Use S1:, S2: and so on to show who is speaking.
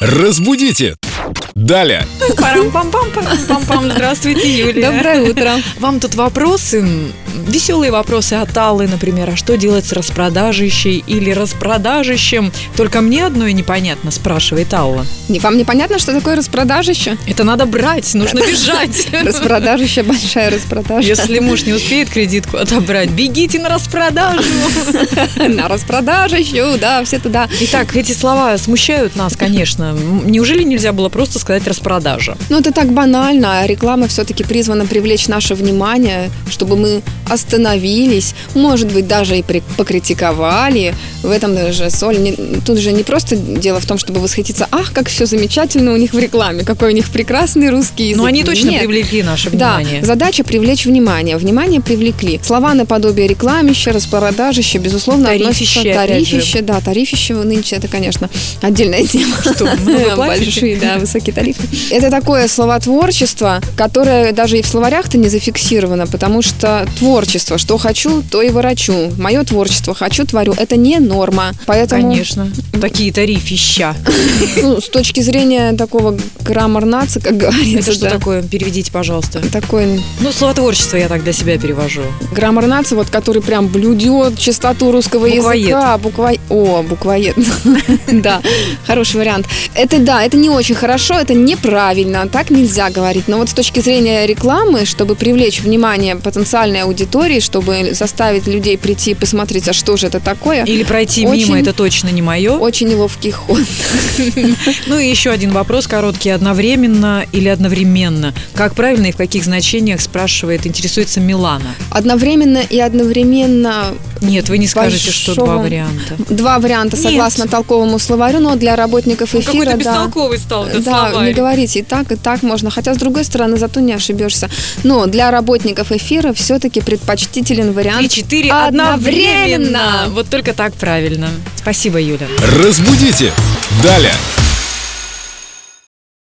S1: Разбудите! Далее!
S2: Парам-пам-пам-пам-пам. Здравствуйте, Юлия.
S3: Доброе утро. Вам тут вопросы, м, веселые вопросы от Аллы, например, а что делать с распродажищей или распродажищем? Только мне одно и непонятно, спрашивает Алла.
S4: Не, Вам непонятно, что такое распродажище?
S3: Это надо брать, нужно бежать.
S4: Распродажище, большая распродажа.
S3: Если муж не успеет кредитку отобрать, бегите на распродажу.
S4: На распродажищу, да, все туда.
S3: Итак, эти слова смущают нас, конечно. М, Неужели нельзя было просто сказать распродажа?
S4: Но Ну, это так банально, а реклама все-таки призвана привлечь наше внимание, чтобы мы остановились, может быть, даже и при- покритиковали. В этом даже соль. Не- тут же не просто дело в том, чтобы восхититься, ах, как все замечательно у них в рекламе, какой у них прекрасный русский язык.
S3: Но Ну, они точно
S4: Нет.
S3: привлекли наше
S4: Да,
S3: внимание.
S4: задача привлечь внимание. Внимание привлекли. Слова наподобие рекламища, распродажища, безусловно,
S3: Тарифище,
S4: относятся...
S3: опять же.
S4: Тарифище, да, тарифище нынче, это, конечно, отдельная тема.
S3: много платите?
S4: Большие, да, высокие тарифы. Это такое словотворчество, которое даже и в словарях-то не зафиксировано, потому что творчество, что хочу, то и ворочу. Мое творчество, хочу, творю, это не норма. Поэтому
S3: Конечно. Такие тарифища.
S4: ну, с точки зрения такого граммарнаца, как говорится,
S3: Это что
S4: да,
S3: такое? Переведите, пожалуйста.
S4: такой
S3: Ну, словотворчество я так для себя перевожу.
S4: Граммар нации, вот который прям блюдет чистоту русского
S3: Буквоед.
S4: языка. Буква... О, буквоед. Да, хороший вариант. Это да, это не очень хорошо, это неправильно, так нельзя говорить. Но вот с точки зрения рекламы, чтобы привлечь внимание потенциальной аудитории, чтобы заставить людей прийти и посмотреть, а что же это такое,
S3: Или пройти
S4: Очень-
S3: мимо, это точно не мое.
S4: очень неловкий ход.
S3: Ну и еще один вопрос, короткий, одновременно или одновременно. Как правильно и в каких значениях, спрашивает, интересуется Милана.
S4: Одновременно и одновременно
S3: Нет, вы не скажете, что два
S4: Большого.
S3: варианта.
S4: два варианта
S3: Нет. Ну,
S4: согласно толковому словарю, но для работников эфира, да.
S3: стал
S4: Да, не говорите, и так, и так можно. Хотя, с другой стороны, зато не ошибешься. Но для работников эфира все-таки предпочтителен
S3: Три,
S4: вариант.
S3: четыре,
S4: Одновременно.
S3: одновременно. Вот только так правильно. Спасибо, Юля.
S1: Разбудите! Далее!